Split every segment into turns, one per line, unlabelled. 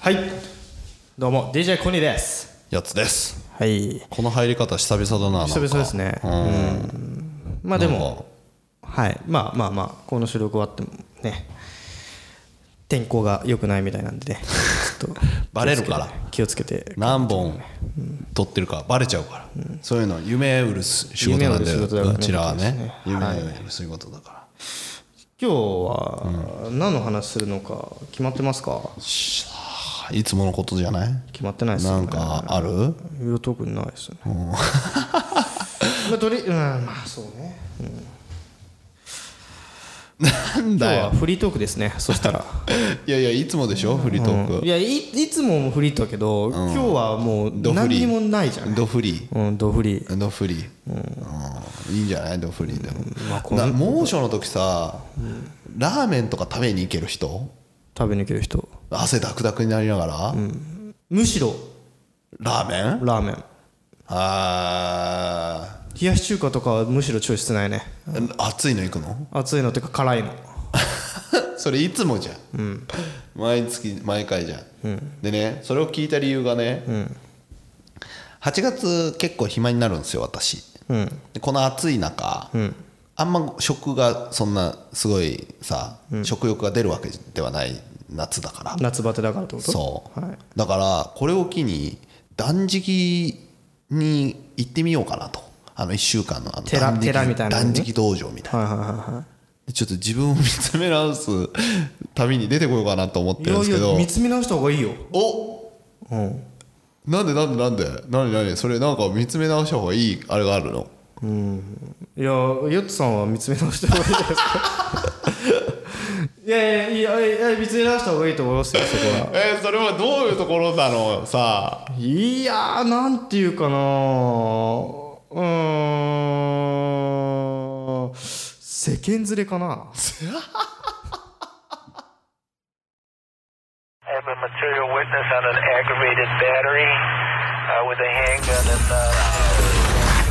はいどうも DJ コニーです
やつです
はい
この入り方久々だななんか
久々ですねうんまあで
なんか
もはいまあまあまあこの収録終わってもね天候が良くないみたいなん でねちょっと
バレるから
気をつけて
何本撮ってるかバレちゃうから、そういうの夢売る仕事なんで
夢売る仕事だから
う
ね
ちらはね
そうです
夢
ねはい
売る仕事だから、
今日は何の話するのか決まってますか
い、つものことじゃない
決まってないです
な
よ
ん
ね
かある、
いろいろ特にないですよねまあとりうんまあそうね
なん
今
だ
日
よ
はフリートークですねそしたら
いやいやいつもでしょフリートーク、
いやいいつもフリーだけど、今日はもう
ドフ
何
リ
にもないじゃん
ドフリ
うんドフリー
ードフリー、うんいいんじゃないドフリーでも、
まあこ
な猛暑の時さ、ラーメンとか食べに行ける人
食べに行ける人
汗ダクダクになりながら、
むしろ
ラーメン
ラーメン
あ
冷やし中華とかはむしろチョイスないね
ー熱いの行くの
熱いのっていうか辛いの
それいつもじゃん、毎月毎回じゃん、でねそれを聞いた理由がね、8月結構暇になるんですよ私、でこの暑い中、あんま食がそんなすごいさ、食欲が出るわけではない夏だから
夏バテだからってこと
そう、
はい
だからこれを機に断食に行ってみようかなとあの1週間のあの
寺
断食
寺みたいなのね
断食道場みたいな、
はいはいはいは
でちょっと自分を見つめ直す旅に出てこようかなと思っ
い
てるんですけ
いやい
ど
や見つめ直した方がいいよ
お
うん
なんでなんでなんで何何それなんか見つめ直した方がいいあれがあるの
いやヨッツさんは見つめ直した方がいいじゃないですか いやいやいやいや見つめ直した方がいいと思いますよそこは
えーそれはどういうところなのさあ
いやーなんていうかなーうーん世間連れかな
I have a material witness on an aggravated battery uh, with a handgun and. Uh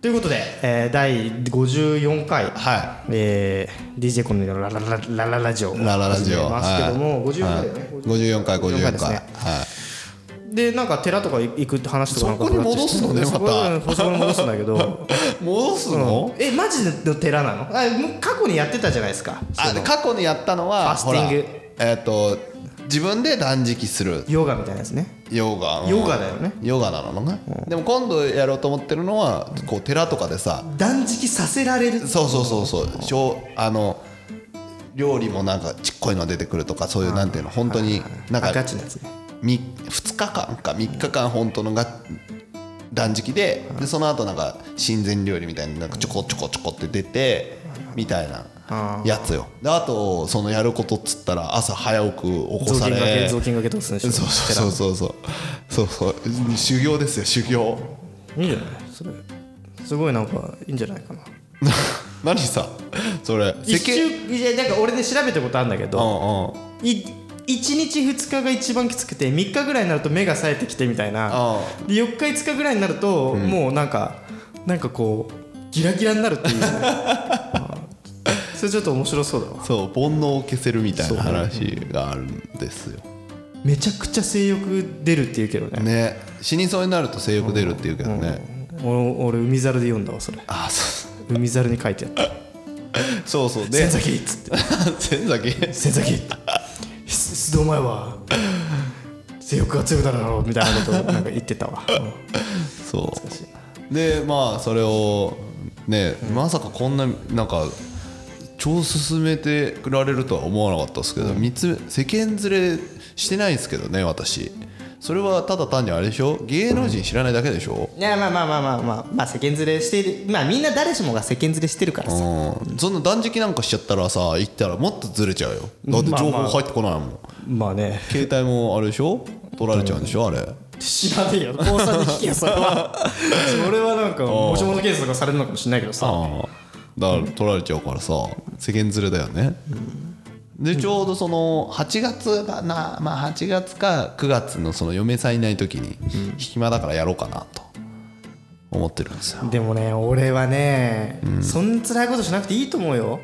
ということで、えー第54回、
は
えー、DJ コンビのララララララジオ
ラララジオ
始めますけども、
はい
54回だよね、
はい54回54回
ですね
はい
でなんか寺とか行くって話とかなんか
そこに戻すのね
そこに
ま
そこに戻すんだけ ど
戻すの、
えマジの寺なのあもう過去にやってたじゃないですか
あ
そ
で
の
過去にやったのは
ファスティング
ほらえっ、と自分で断食する
ヨガみたいなやつね
ヨガ、うん
ヨガだよね
ヨガなのね、でも今度やろうと思ってるのはこう寺とかでさ
断食させられる
そうそうそうそうしょうあの料理もなんかちっこいの出てくるとかそういうなんていうの本当になん
あガ
か
チなやつね
み2日間か3日間本当のが断食ででその後なんか親善料理みたいになんかちょこちょこちょこって出てみたいなやつよであとそのやることっつったら朝早起く起こ
雑
さ
巾がけ
れ
雑巾がけとかするんでし
そう
ょ
そうそうそうそうそうそう修行ですよ修行
いいんじゃないそれすごいなんかいいんじゃないかな
何さそれ
一
間
週いやなんか俺ね調べたことあるんだけ
う
ど
んうん
い一日二日が一番きつくて三日ぐらいになると目が冴えてきてみたいな
あ
で4日5日ぐらいになると、もうなんかなんかこうギラギラになるって いうね、あーそれちょっと面白そうだわ
そう煩悩を消せるみたいな話があるんですよ
めちゃくちゃ性欲出るっていうけどね
ね死にそうになると性欲出るっていうけどね、
俺俺海猿で読んだわそれ
あそ
海猿に書いてあった
うそうそう
「千 崎」っつって
先崎
先崎出動前は性欲が強くなるだろうみたいなこと をなんか言ってたわ、
そうでまあそれをね、まさかこんななんか超進めてくられるとは思わなかったですけど、三つ世間連れしてないんですけどね私それはただ単にあれでしょ芸能人知らないだけでしょ、
いやまあまあまあまあまあまあ世間連れしているまあみんな誰しもが世間連れしてるからさ
うん、そんな断食なんかしちゃったらさ行ったらもっとずれちゃうよだって情報入ってこないもん、
まあね
携帯もあれでしょ取られちゃうんでしょあれ
知らねえよ高3に聞けよそれは それはなんかもしもの検査とかされるのかもしれないけどさ
ああだから取られちゃうからさ世間連れだよね、でちょうどその8月かな、まあ、8月か9月のその嫁さんいない時に暇だからやろうかなと思ってるんですよ
でもね俺はね、そんな辛いことしなくていいと思う よ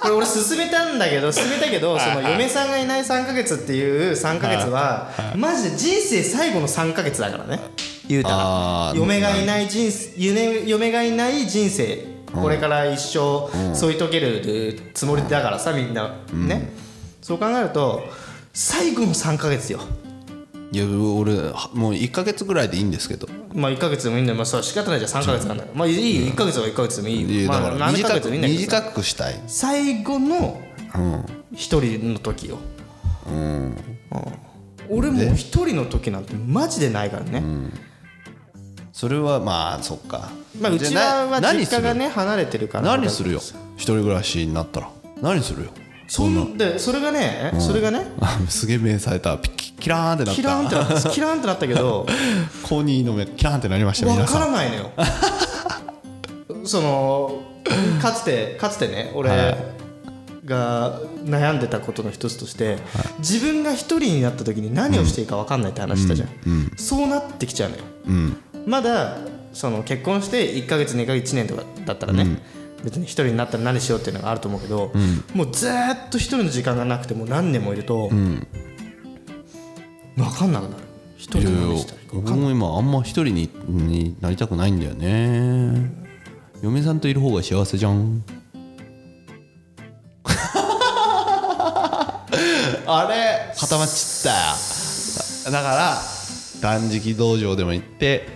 これ俺勧めたんだけど勧めたけどその嫁さんがいない3ヶ月っていう3ヶ月はマジで人生最後の3ヶ月だからね言うた
あ
ら
ー
嫁がいない人生嫁嫁がいない人生これから一生添い遂げるつもりだからさみんなねそう考えると最後の3ヶ月よ
いや俺もう1か月ぐらいでいいんですけど
まあ1ヶ月でもいいんだよまあそう仕方ないじゃん3ヶ月なんだからまあいいよ1ヶ月は1ヶ月でもいい
い
よ
やだ
ま
か
あ
ら
何ヶ月
短
で
く
もいいんだけどさ
短くしたい
最後の一人の時よ、うん俺もう一人の時なんてマジでないからね、
それはまあそっか
まあ、うち
じゃ
は
あな
まあ
何
実
する
家がね離れてるから
何するよ一人暮らしになったら何するよ
そんでそれがね、それがね
あ すげえ目されたピキキラーンってなった
キラーンってな ったキラーンってなったけど
コーニーの目キラーンってなりました
わ
皆
か
さ
ら
ん
ないの よそのかつてかつてね俺が悩んでたことの一つとして、自分が一人になった時に何をしていいか分かんないって話したじゃん、そうなってきちゃうのよ、
うん
まだその結婚して1ヶ月2ヶ月1年とかだったらね、別に一人になったら何しようっていうのがあると思うけど、もうずーっと一人の時間がなくてもう何年もいると、分かんなくなる一
い
人
やい
で
や
何したらいいか分か
僕
んない
も今あんま一人にになりたくないんだよね嫁さんといる方が幸せじゃんあれ固まっちゃっただから断食道場でも行って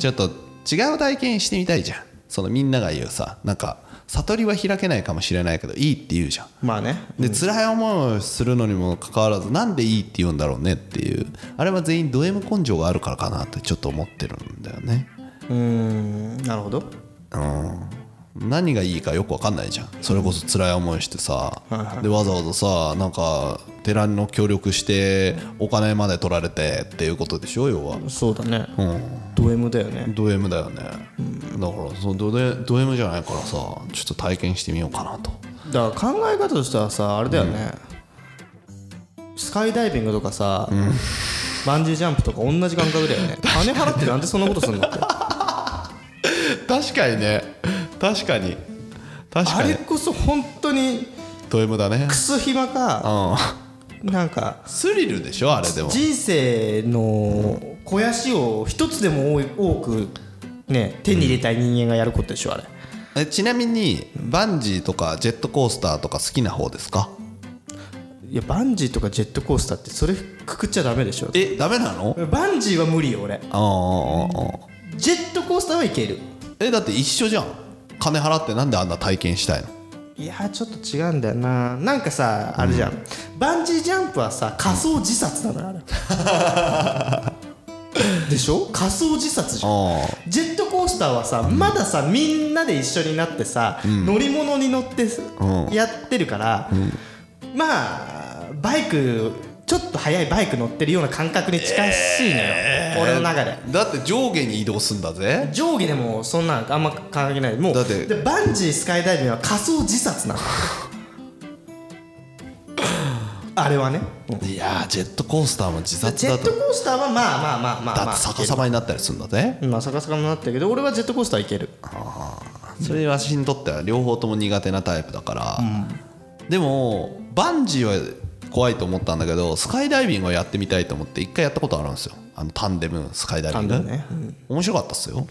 ちょっと違う体験してみたいじゃんそのみんなが言うさなんか悟りは開けないかもしれないけどいいって言うじゃん
まあね
で辛い思いをするのにもかかわらずなんでいいって言うんだろうねっていうあれは全員ド M 根性があるからかなってちょっと思ってるんだよね
うーんなるほど
何がいいかよく分かんないじゃんそれこそ辛い思いしてさでわざわざさなんか寺の協力してお金まで取られてっていうことでしょ要は
そうだね
うん
ド M だよね
ド M だよねだからそのドでド M じゃないからさちょっと体験してみようかなと
だから考え方としてはさあれだよね、スカイダイビングとかさ、バンジージャンプとか同じ感覚だよ ね金払ってなんでそんなことするのって
確かにね確かに確
あ
か
れ
に
こそ本当に
ド M だね
クソ暇か
うん
なんか
スリルでしょあれでも
人生の肥やしを一つでも多い多くね手に入れたい人間がやることでしょあれ
えちなみにバンジーとかジェットコースターとか好きな方ですか
いやバンジーとかジェットコースターってそれくくっちゃダメでしょ
えダメなの
バンジーは無理よ俺
ああああああ
ジェットコースターはいける
えだって一緒じゃん金払ってなんであんな体験したいの
いやーちょっと違うんだよななんかさあれじゃん、バンジージャンプはさ仮想自殺なのよあれ でしょ仮想自殺じゃん
あ
ジェットコースターはさ、まださみんなで一緒になってさ、乗り物に乗ってさ
うん
やってるから、まあバイクちょっと速いバイク乗ってるような感覚に近しいのよ、俺の中で
あだって上下に移動すんだぜ
上下でもそんなのあんま関係ないもう
だって
でバンジースカイダイビングは仮想自殺 なのあれはね、うん
いやージェットコースターも自殺
ジェ
だ
ット
と
コースターはまあまあまあまあ
だっ
まあ
て逆さまになったりするんだぜ
まあ逆さまになったけど俺はジェットコースターいける
それ私にとっては両方とも苦手なタイプだから、でもバンジーは怖いと思ったんだけどスカイダイビングをやってみたいと思って一回やったことあるんですよあのタンデムスカイダイビン
タ
グ、
ンデムねう
面白かったっすよ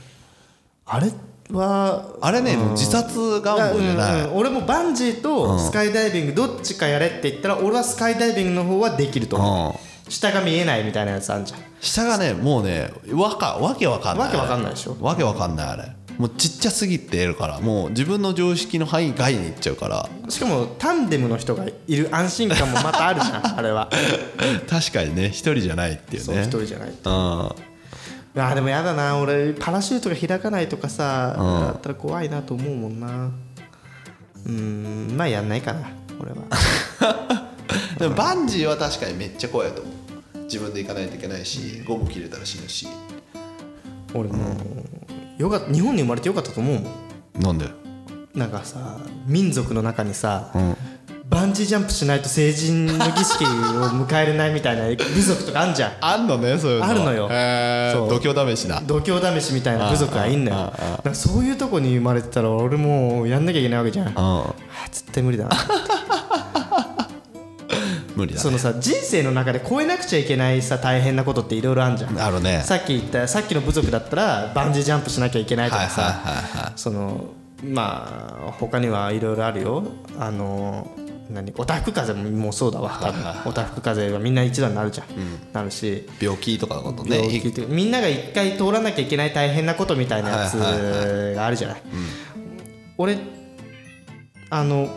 あれは
あれね、自殺願望じゃない、
うんうん俺もバンジーとスカイダイビングどっちかやれって言ったら俺はスカイダイビングの方はできると思う下が見えないみたいなやつあるじゃん
下がねもうねわかわけわかんない
わけわかんないでしょ
わけわかんないあれもうちっちゃすぎてるからもう自分の常識の範囲外に行っちゃ うから
しかもタンデムの人がいる安心感もまたあるじゃ んあれは
確かにね一人じゃないっていう
そう
ね
一人じゃない
うんあ
あーでもやだな俺パラシュートが開かないとかさ、だったら怖いなと思うもんなうーんまあやんないかな 俺は
でもバンジーは確かにめっちゃ怖いと思う自分で行かないといけないしゴム切れたら死ぬし
俺もうよか日本に生まれてよかったと思うもん
なんで
なんかさ民族の中にさ、バンジージャンプしないと成人の儀式を迎えれないみ たいな部族とかあんじゃん
あんのねそういうの
あるのよ
へ
そ
ー
う
度胸試しだ
度胸試しみたいな部族がいんのよだからそういうとこに生まれてたら俺もうやんなきゃいけないわけじゃんあ
うん
絶対無理だな
無理だ
その
ね
さ人生の中で超えなくちゃいけないさ大変なことっていろいろあるじゃん
あるね
さっき言ったさっきの部族だったらバンジージャンプしなきゃいけないとかさ、
はいはいはいは
そのまあ他にはいろいろあるよあの何オタフク風邪ももうそうだわ多分オタフク風邪はみんな一度になるじゃん、なるし
病気とかのことね
病気っていうみんなが一回通らなきゃいけない大変なことみたいなやつ
はい
があるじゃない、俺あの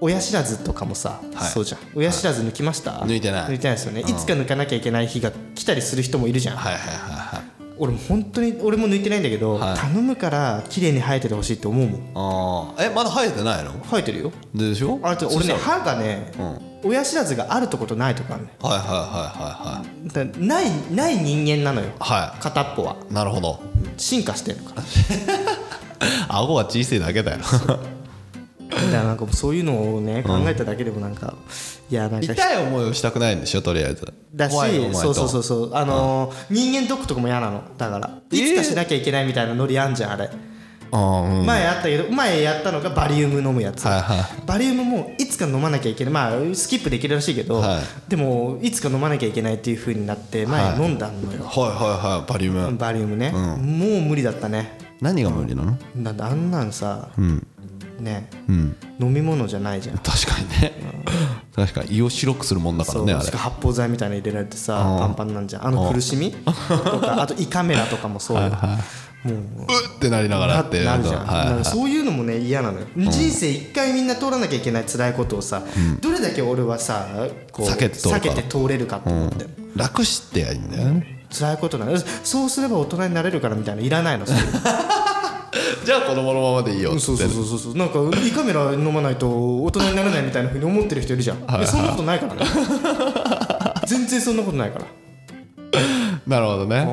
親知らずとかもさ、
はい
そうじゃん親知らず抜きました、
抜いてない
抜いてないですよね、いつか抜かなきゃいけない日が来たりする人もいるじゃん、
はいはいはいはい
俺も本当に俺も抜いてないんだけど、
はい
頼むから綺麗に生えててほしいって思うもん
ああえまだ生えてないの
生えてるよ
でしょ
あと
そ
俺
し
ね
たら
歯がね、親知らずがあるとことないとこあるね
はいはいはいはいはい
だないない人間なのよ
は
片っぽはい
なるほど
進化してるから
顎が小さいだけだよ
だからなんかもうそういうのをね考えただけでもなんか、いやなんか
痛い思いをしたくないんでしょとりあえず
だし
怖いよお前と
そうそうそうそうあのー人間ドックとかも嫌なのだから
えー
いつかしなきゃいけないみたいなノリあんじゃんあれ、
あーうん
前あったけど前やったのがバリウム飲むやつ、
はいは
バリウムもいつか飲まなきゃいけないまあスキップできるらしいけど、
は
でもいつか飲まなきゃいけないっていう風になって
は
前
い
飲んだのよ、
はいはいはいバリウム
バリウムね、もう無理だったね
何が無理なの
だってあんなんさ、ね、飲み物じゃないじゃん
確かにね確かに胃を白くするもんだから
そう
ねあ
し
れ
かも発泡剤みたいなの入れられてさパンパンなんじゃんあの苦しみと かあと胃カメラとかもそうよ
うってなりながら
な
って
なるじゃん、
はい
だ
は
か
い
らそういうのもね嫌なのよ、人生一回みんな通らなきゃいけない辛いことをさ、どれだけ俺はさこう
避けて通るか
避けて通れるかと思って、
楽してやいいんだよね
辛いことなのそうすれば大人になれるからみたいないらないの そういうの
じゃあ子供のままでいいよって
そうそうそうそうそうなんか胃カメラ飲まないと大人になれないみたいなふうに思ってる人いるじゃん、いやそんなことないからね全然そんなことない から
なるほどねはい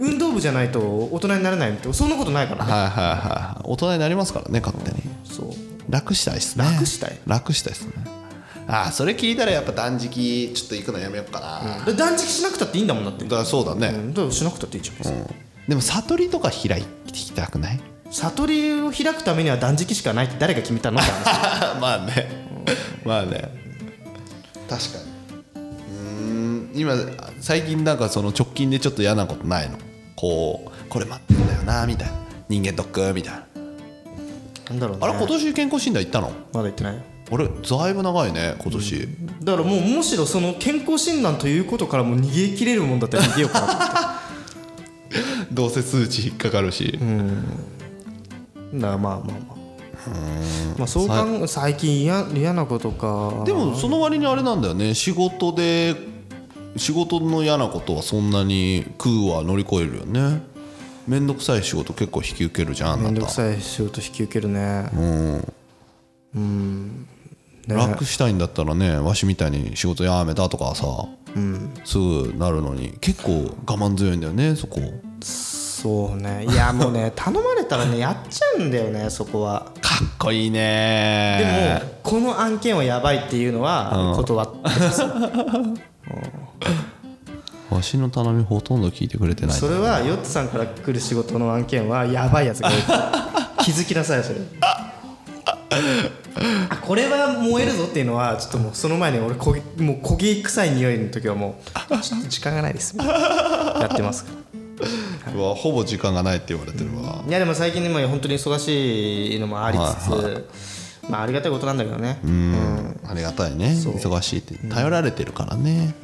運動部じゃないと大人になれないってそんなことないからね
はいはい大人になりますからね勝手に
そう
楽したいっすね
楽したい
楽したいっすねああそれ聞いたらやっぱ断食ちょっと行くのやめようかな、
だ断食しなくたっていいんだもんだって
だからそうだ
う
ね、
んだからしなくたっていいじゃん別に
でも悟りとか開いてきたくない
悟りを開くためには断食しかないって誰が決めたのって 話
まあねまあね確かにうーん今最近なんかその直近でちょっと嫌なことないのこうこれ待ってんだよなみたいな人間ドックみたいな
なんだろうね
あれ今年健康診断行ったの
まだ言ってないよ
あれだいぶ長いね今年、
だからもうむしろその健康診断ということからもう逃げ切れるもんだったら逃げようかなと思って
どうせ数値引っかかるし、
だからまあまあまあまあそうかん最近嫌嫌なことか
でもその割にあれなんだよね仕事で仕事の嫌なことはそんなに空は乗り越えるよねめんどくさい仕事結構引き受けるじゃんあ
め
なんた
どくさい仕事引き受けるね
うん
ね
楽したいんだったらねわしみたいに仕事辞めたとかさ、すぐなるのに結構我慢強いんだよねそこ
そうねいやもう ね頼まれたらねやっちゃうんだよねそこは
かっこいいね
でも、この案件はやばいっていうのは断ってます、
わしの頼みほとんど聞いてくれてない
それはヨッツさんから来る仕事の案件はやばいやつ が多い気づきなさいよそれあこれは燃えるぞっていうのはちょっともうその前に俺焦げもう焦げ臭い匂いの時はも うちょっと時間がないですやってますから
うわほぼ時間がないって言われてるわ、
いやでも最近でも本当に忙しいのもありつつ、
は
まあありがたいことなんだけどね、
うんありがたいね忙しいって頼られてるからね、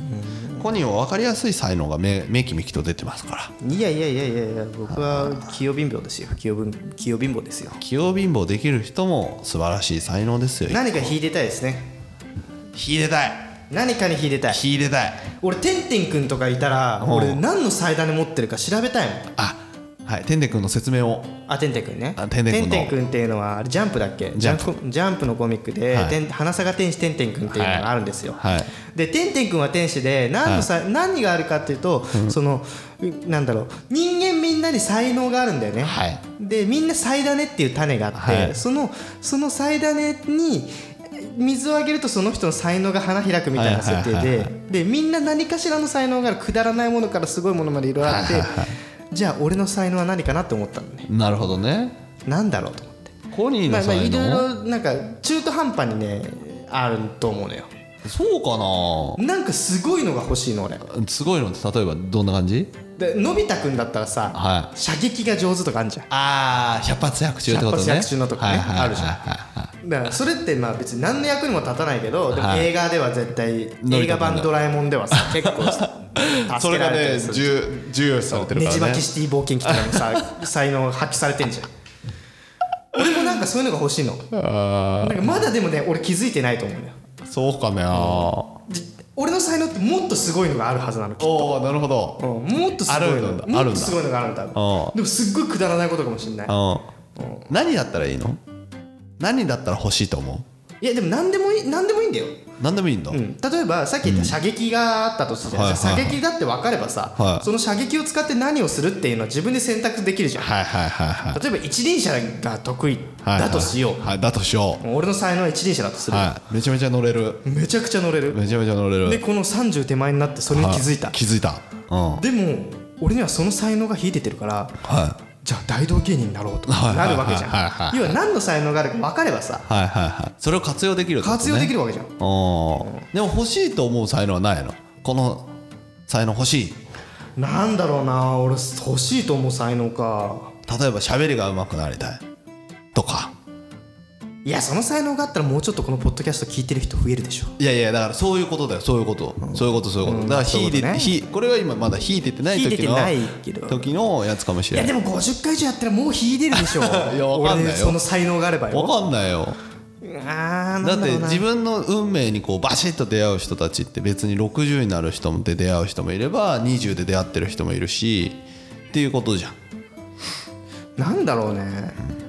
コニーは分かりやすい才能がめめきめきと出てますから
いやいやいやいやいや僕は器用貧乏ですよ器用分器用貧乏ですよ
器用貧乏できる人も素晴らしい才能ですよ
何か引いてたいですね
引いてたい
何かに引いてたい
引いてたい
俺てんてんくんとかいたら
ん
俺何の祭壇に持ってるか調べたいもん
あはい天で君の説明を
あてんてんくんね
あてんてんくんの
くんっていうのはあれジャンプだっけ
ジャンプ
プジャンプのコミックで、
はい
てん花咲が天使てんてんくんっていうのがあるんですよ、
はい
でてんてんくんは天使で何のさ、何があるかっていうと、そのうなんだろう人間みんなに才能があるんだよね、
はい
でみんな「菜種」っていう種があって、
はい
そのその菜種に水をあげるとその人の才能が花開くみたいな設定
はいはいはい
ででみんな何かしらの才能があるくだらないものからすごいものまでいろいろあってじゃあ俺の才能は何かなって思ったのね
なるほどね
なんだろうと思って
コニー
ま
の
あまあ
才
いろい
能、
ろなんか中途半端にねあると思うのよ
そうか
なんかすごいのが欲しいの俺
なすごいのって例えばどんな感じ
でのび太くんだったらさ、
は
射撃が上手とかあるじゃん
ああ百発百中ってことね
百発百中のとかね
はいはいはいはい
あるじだからそれってまあ別に何の役にも立たないけどでも
はい
映画では絶対
のび
映
太
画
くん
版「
だ
ドラえもん」では さ結構
そ
助
れ
けら
が
れた
ね
りするじゃん
重重要視されてる
ね
から
じ
ね
巻きシティ冒険記とかのさ 才能発揮されてんじゃん俺もなんかそういうのが欲しいのなんかまだでもね俺気づいてないと思うのよ
そうかね
じ俺の才能ってもっとすごいのがあるはずなのきっと
おおなるほど
うんもっとすごい
ある
の
んだ
も
あ
っ
るん
と
だ
すごいのがあるんだ
お
でもすっごいくだらないことかもしれない
うん何だったらいいの何だったら欲しいと思
いやでも何でもいい何でもいいんだよ
う何でもいいんだ、
うん例えばさっき言った射撃があったとして、
はいはい
射撃だって分かればさ、
はい
その射撃を使って何をするっていうのは自分で選択できるじゃん、
はいはいはいはい
例えば一輪車が得意
はい
だとしよう、
はい、だとしよ
俺の才能は一輪車だとす
う、
る、
はい、めちゃめちゃ乗れる
めちゃくちゃ乗れる
めちゃめちゃ乗れる
でこの30手前になってそれに気づいた、
は気づいたうん
でも俺にはその才能が秀でてるから
は
じゃあ大道芸人になろうと
はい
な
はいはい
るわけじ
はいはい
ゃ
は
ん
い
要は何の才能があるか分かればさ
いはいはいはいそれを活用できるってことね、
活用できるわけじゃん
うんでも欲しいと思う才能はないのこの才能欲しい
なんだろうな俺欲しいと思う才能か
例えば喋りが上手くなりたいとか
いやその才能があったらもうちょっとこのポッドキャスト聞いてる人増えるでしょ
いやいやだからそういうことだよそういうこと、そういうことそういうこと、
うん
だから
そうい
引い
こ
う
と
て
ね
ひこれは今まだ引いててない
秀で
時
て
の
ないけど
時のやつかもし
い
れ
や
ない
でも50回以上やったらもう秀でるでしょ い
やわかんないよ
俺その才能があればよ
わかんないよ
あーな
だっ
んだろ
て
うな
自分の運命にこうバシッと出会う人たちって別に60になる人で出会う人もいれば20で出会ってる人もいるしっていうことじゃん
なんだろうね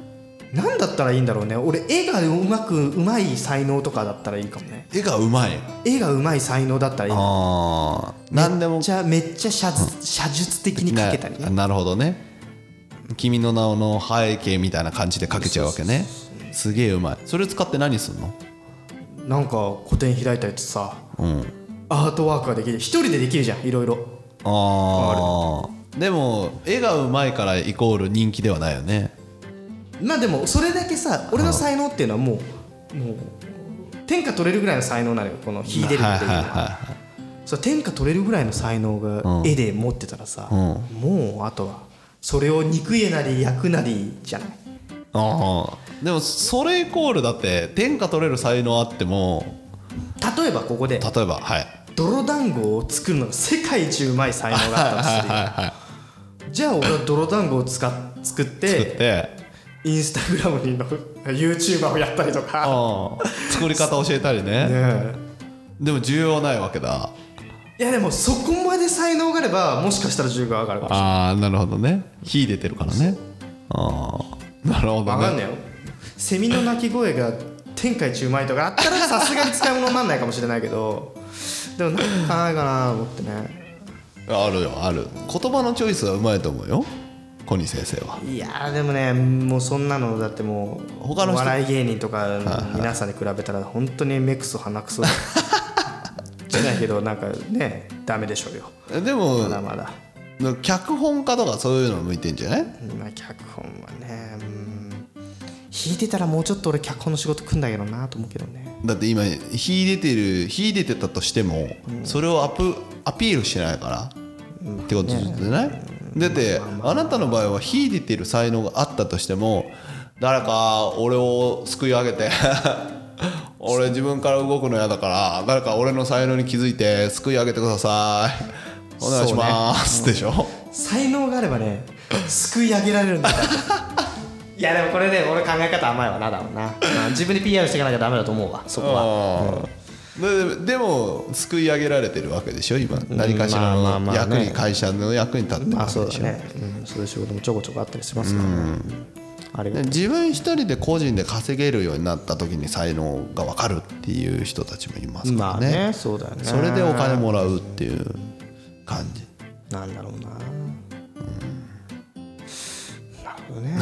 なんだったらいいんだろうね俺絵がうまくうまい才能とかだったらいいかもね
絵がうまい
絵がうまい才能だったらいいな
あー何で
め
も
っちゃめっちゃ写実写実的に描けたり
な
ね
なるほどね君の名の背景みたいな感じで描けちゃうわけねすげえうまいそれ使って何すんの
なんか個展開いたりとさ
うん
アートワークができる一人でできるじゃんいろいろ
ああでも絵がうまいからイコール人気ではないよね
まあでもそれだけさ俺の才能っていうのはもうもう天下取れるぐらいの才能なのよこの秀でるっていうの
はい
は
はいはいはい
そう天下取れるぐらいの才能が
うん
絵で持ってたらさ、
ん
もうあとはそれを肉絵なり焼くなりじゃない
ああでもそれイコールだって天下取れる才能あっても
例えばここで
例えばはい
泥団子を作るのが世界一うまい才能があったとする
はい
よ
はい
じゃあ俺は泥団子を使っ作って
作って
インスタグラムにの YouTuber をやったりとか、
ああ作り方教えたり
ね
ね
え
でも重要ないわけだ
いやでもそこまで才能があればもしかしたら10が上がるかもし
ああなるほどね火出てるからねああなるほ
れな
どね
い分かんないよセミの鳴き声が天下一うまいとかあったらさすがに使い物にならないかもしれないけどでもなんかないかなと思ってね
あるよある言葉のチョイスはうまいと思うよ小西先生はい
やーでもねもうそんなのだってもう
他の人
笑い芸人とか皆さんに比べたら本当に目くそ鼻くそだじゃないけどなんかねダメでしょうよ
えでも
まだまだ、
脚本家とかそういうの向いてんじゃない
まあ脚本はねうん弾いてたらもうちょっと俺脚本の仕事来んだけどなと思うけどね
だって今火出てる火出てたとしてもそれをアプアピールしてないからってことじゃないだってあなたの場合は火出てる才能があったとしても誰か俺を救い 上げて俺自分から動くの嫌だから誰か俺の才能に気づいて救い上げてくださいお願いします、でしょ
才能があればね救い上げられるんだから いやでもこれね俺考え方甘いわなだもんな、まあ自分で PR していかなきゃダメだと思うわそこは
うんででも救い上げられてるわけでしょ今何かし
まあ
ら
ま
の
あまあ
役
ね
に会社の役に立ってる
ま
わ
あ
け
そう
で
だ
しょ
ね、うん、そういう仕事もちょこちょこあったりしますからね、ありが
で
と
自分一人で個人で稼げるようになった時に才能が分かるっていう人たちもいます
う
か
ま
ら
あ
ね,、
ねそうだよね
それでお金もらうっていう感じ
なんだろうな、なるほどね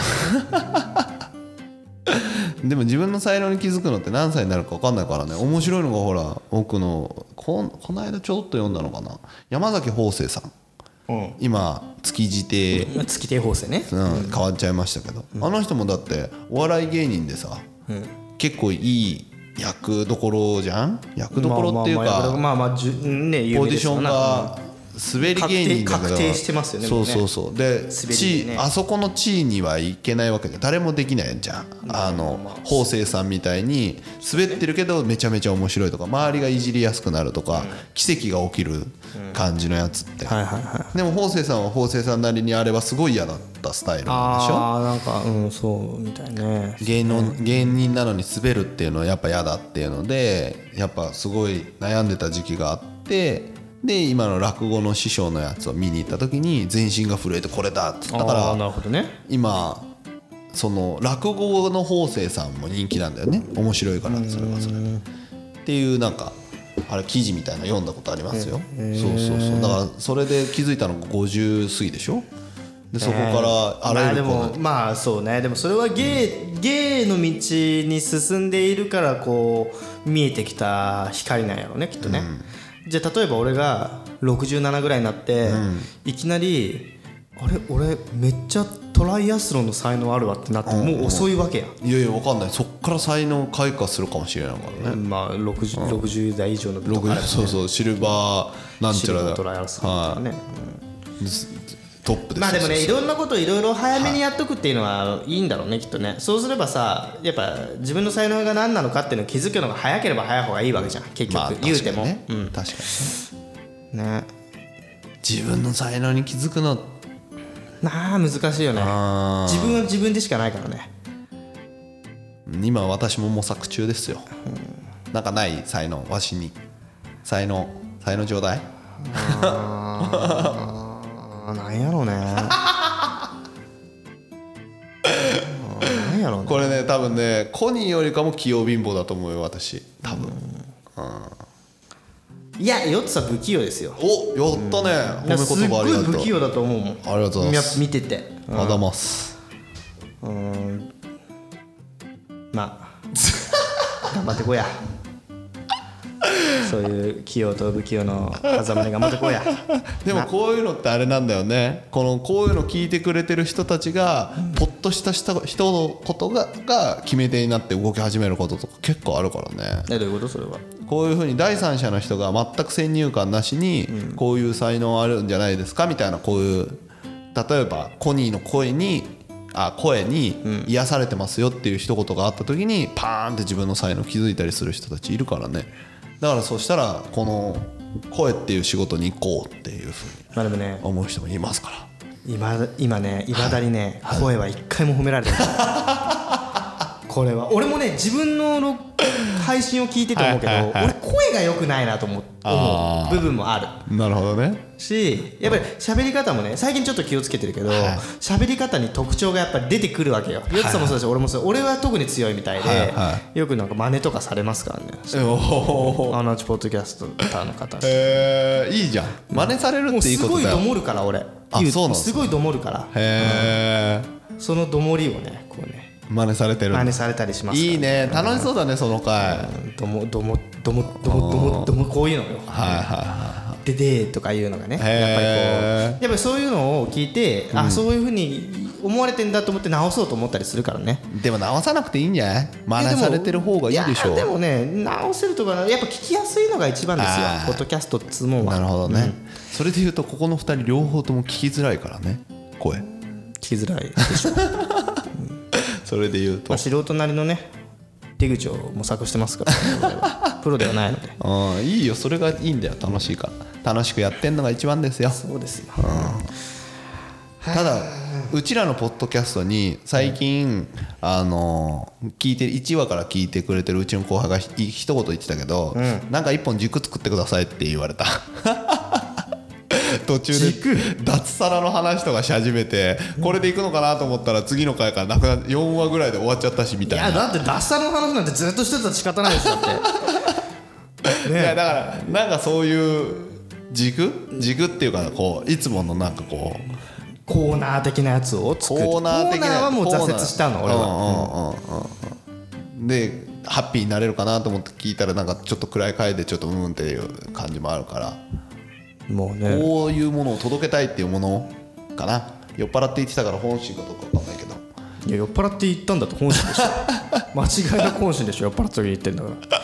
でも自分の才能に気づくのって何歳になるか分かんないからね面白いのがほら僕のこんこの間ちょっと読んだのかな山崎邦生さん
うん
今築地で、
月亭法政ね
うん、変わっちゃいましたけど、あの人もだってお笑い芸人でさ、結構いい役どころじゃん役どころっていうか、
まあまあまあまあまあじゅね有
ポ
名
ジ
です
シ
よ
ョンが滑り芸人だから
確定確定してますよね
そうそうそうで地位、
ね
あそこの地位にはいけないわけじゃん誰もできないじゃんあの方正さんみたいに滑ってるけどめちゃめちゃ面白いとか周りがいじりやすくなるとか奇跡が起きる感じのやつって
はいはいはい
でも方正さんは方正さんなりにあれはすごい嫌だったスタイルなんでしょ
ああなんかうんそうみたいね
芸能芸人なのに滑るっていうのはやっぱ嫌だっていうのでやっぱすごい悩んでた時期があってで今の落語の師匠のやつを見に行った時に全身が震えてこれだっつっ
あ
たか
ーな
ら
るほどね
今その落語の方正さんも人気なんだよね面白いからそれはそれでっていうなんかあれ記事みたいなの読んだことありますよそうそうそうだからそれで気づいたのが50過ぎでしょでそこからあらゆるこう
まあ、でもまあそうねでもそれは芸,、芸の道に進んでいるからこう見えてきた光なんやろうねきっとね、じゃあ例えば俺が67ぐらいになって、いきなりあれ俺めっちゃトライアスロンの才能あるわってなってもう遅いわけや、
いやいやわかんないそっから才能開花するかもしれないからね、
まあ 60, 60代以上の部とか
六そうそうシルバーなん
シ
ちゃ
ル
ら
バー
だ
トライアスロンとかね、
トップです
まあでもねい
そう
ろんなこといろいろ早めにやっとくっていうのはいいんだろうねきっとねそうすればさやっぱ自分の才能が何なのかっていうのを気づくのが早ければ早い方がいいわけじゃん結局、
まあ
言うても、
確かにね確か
うんね
に自分の才能に気づくの
まあ難しいよね
あ
自分は自分でしかないからね
ー今私も模索中ですよ、なんかない才能わしに才能才能ちょうだい
あなんやろうね あーなんやろうね
これね多分ねコニーよりかも器用貧乏だと思うよ私多分、
いやヨッツは不器用ですよ
おやったね、褒め
いや
言
すっ
葉あ
ごい
りがとう
不器用だと思うもん
ありがとうございます
や見てて
ありがとうございます
うんま あ頑張ってこうやそういう器用と不器用の狭間で頑張ってこうや
でもこういうのってあれなんだよねこのこういうの聞いてくれてる人たちがポッとした人人のことがが決め手になって動き始めることとか結構あるからね
えどういうことそれは
こういうふうに第三者の人が全く先入観なしにこういう才能あるんじゃないですかみたいなこういう例えばコニーの声にあ声に癒されてますよっていう一言があった時にパーンって自分の才能気づいたりする人たちいるからねだからそうしたらこの声っていう仕事に行こうっていうふうに
まあでもね
思う人もいますから
今今ねいまだにね、声は一回も褒められてないこれは俺もね自分の録配信を聞いてて思うけど、
はいはいはい
俺声が良くないなと思う
あ
思
ー
う部分もある
なるほど ね
しやっぱり喋り方もね最近ちょっと気をつけてるけど
はい
喋、り方に特徴がやっぱり出てくるわけよヨッツさんもそうだし、俺もそう俺は特に強いみたいで、
はいは
よくなんか真似とかされますからね
お
アナウンチポッドキャストの方に
えー、いいじゃん真似される
も
っ
う
て
す
いいこ
ご
と
い
だよ
どもるから俺
あそうなんです
す
か
ごいどもるから
へえ
そのどもりをねこうね
真似されてる
真似されたりしますから
いいね楽しそうだねその回はい
どもどもどもどもどもどもこういうのよ
はいは
ででとかいうのがねやっぱりこ
へ
うやっぱりそういうのを聞いて、あそういうふうに思われてんだと思って直そうと思ったりするからね
いでも直さなくていいんじゃない真
いやで
似
も
されてる方がいいでしょ
やでもね直せるとかなやっぱ聞きやすいのが一番ですよ
あー
ポッドキャストっつうもんは
なるほどね、それでいうとここの2人両方とも聞きづらいからね声
聞きづら いでしょ、
それでいうと
まあ、素人なりのね出口を模索してます から、プロではないので
うんいいよそれがいいんだよ楽しいから楽しくやってんのが一番ですよ
そうですよ
ただうちらのポッドキャストに最近あの聞いて1話から聞いてくれてるうちの後輩がひ一言言ってたけどなんか一本軸作ってくださいって言われた 途中で脱サラの話とかし始めてこれでいくのかなと思ったら次の回からなくなって4話ぐらいで終わっちゃったしみ
い
た
や
いな。
だって脱サラの話なんてずっとしてたら仕方ないですよだって
いやだからなんかそういう軸軸っていうかこういつものなんかこう
コーナー的なやつを作る
コーナー的な
コーナーはもう挫折したの俺は
はでハッピーになれるかなと思って聞いたらなんかちょっと暗い回でちょっとうんっていう感じもあるから
もうね
こういうものを届けたいっていうものかな酔っ払って言ってたから本心かどうか分かんないけど
いや酔っ払って言ったんだと本心で しょ間違いなく本心でしょ酔っ払った時に言ってんだから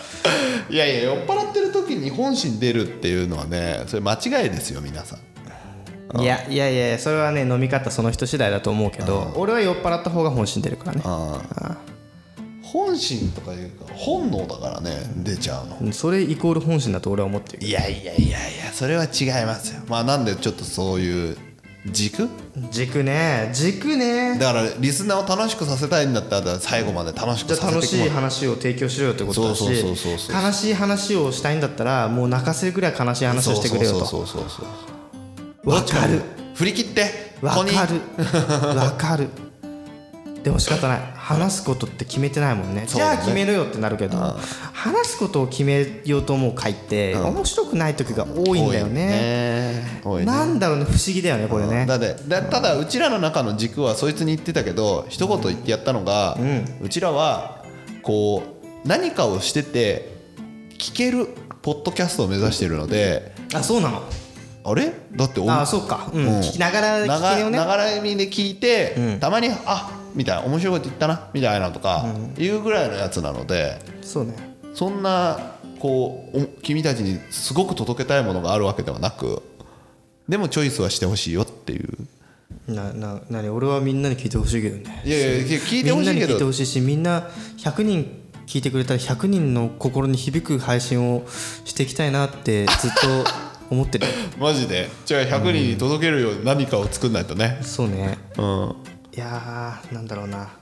いやいや酔っ払ってる時に本心出るっていうのはねそれ間違いですよ皆さん
いやいやいやそれはね飲み方その人次第だと思うけど俺は酔っ払った方が本心出るからね
あ本心とかいうか本能だからね出ちゃうの
うんそれイコール本心だと俺は思ってるけ
いやいやいやいやそれは違いますよまあなんでちょっとそういう軸
ど軸ね軸ね
だからリスナーを楽しくさせたいんだったら最後まで楽
じ
しく
ゃあ
させ
楽
て
しい話を提供しろよってことだし
そうそうそうそう
悲しい話をしたいんだったらもう泣かせるぐらい悲しい話をしてくれよと
そうそうそうそうそう
わかる
振り切って
わ
ここに
かるわかるでも仕方ない話すことって決めてないもんね
そ
じ
う
ゃ
だね
あ決めろよってなるけど話すことを決めようと思う回って面白くない時が多いんだよね
多いね多いね
なんだろうね不思議だよねこれね
だってだただうちらの中の軸はそいつに言ってたけど一言言ってやったのが、うちらはこう何かをしてて聞けるポッドキャストを目指してるので、
あそうなの
あれだってお
あそうかうん
うん
聞きながら聞
な
け
が
るよね
ながら読みで聞いて、たまにあみたいな面白いこと言ったなみたいなとか、いうぐらいのやつなので
そうね
そんなこうお君たちにすごく届けたいものがあるわけではなくでもチョイスはしてほしいよっていう
なななに俺はみんなに聞いてほしいけどね
いやいや聞いて
み
ほ
ん
し
ないに
け
聞いて
ど
ほしいしみんな100人聞いてくれたら100人の心に響く配信をしていきたいなってずっと思 ってる
マジでじゃあ100人に届けるように何かを作んないとね
そうね
うん
いやーなんだろうなま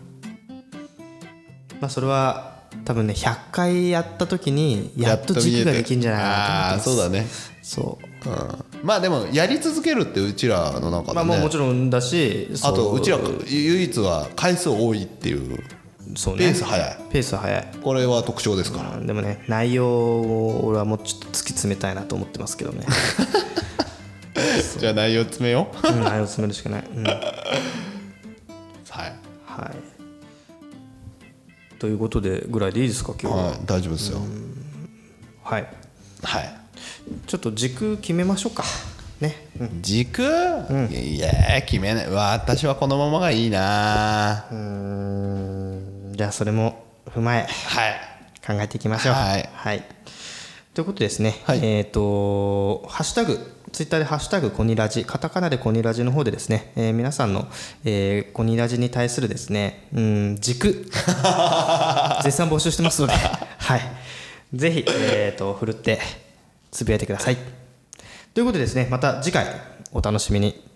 あそれは多分ね100回やった時にやっと軸ができんじゃないかなと思ってます
ああーそう
そ
だね
う
うんまあでもやり続けるってうちらの中で、ね
まあもうもちろんだしそ
あとうちら唯一は回数多いっていう
そうね
ペース早い
ペースは早い
これは特徴ですから
でもね内容を俺はもうちょっと突き詰めたいなと思ってますけどね、
じゃあ内容詰めよう
うん、内容を詰めるしかない、うん
はい、
はい。ということでぐらいでいいですか今日は。
はい、大丈夫ですよ
はい。
はい
ちょっと軸決めましょうか。ね。うん
軸、いやー決めないうわ私はこのままがいいなー
じゃあそれも踏まえ
はい
考えていきましょう。
はい
ということですね。
はい
えっ、とハッシュタグツイッターでハッシュタグコニラジカタカナでコニラジの方でですね、えー皆さんの、えーコニラジに対するですね、うん 軸絶賛募集してますので、はい。ぜひえっ、と振るってつぶやいてください。ということでですね、また次回お楽しみに。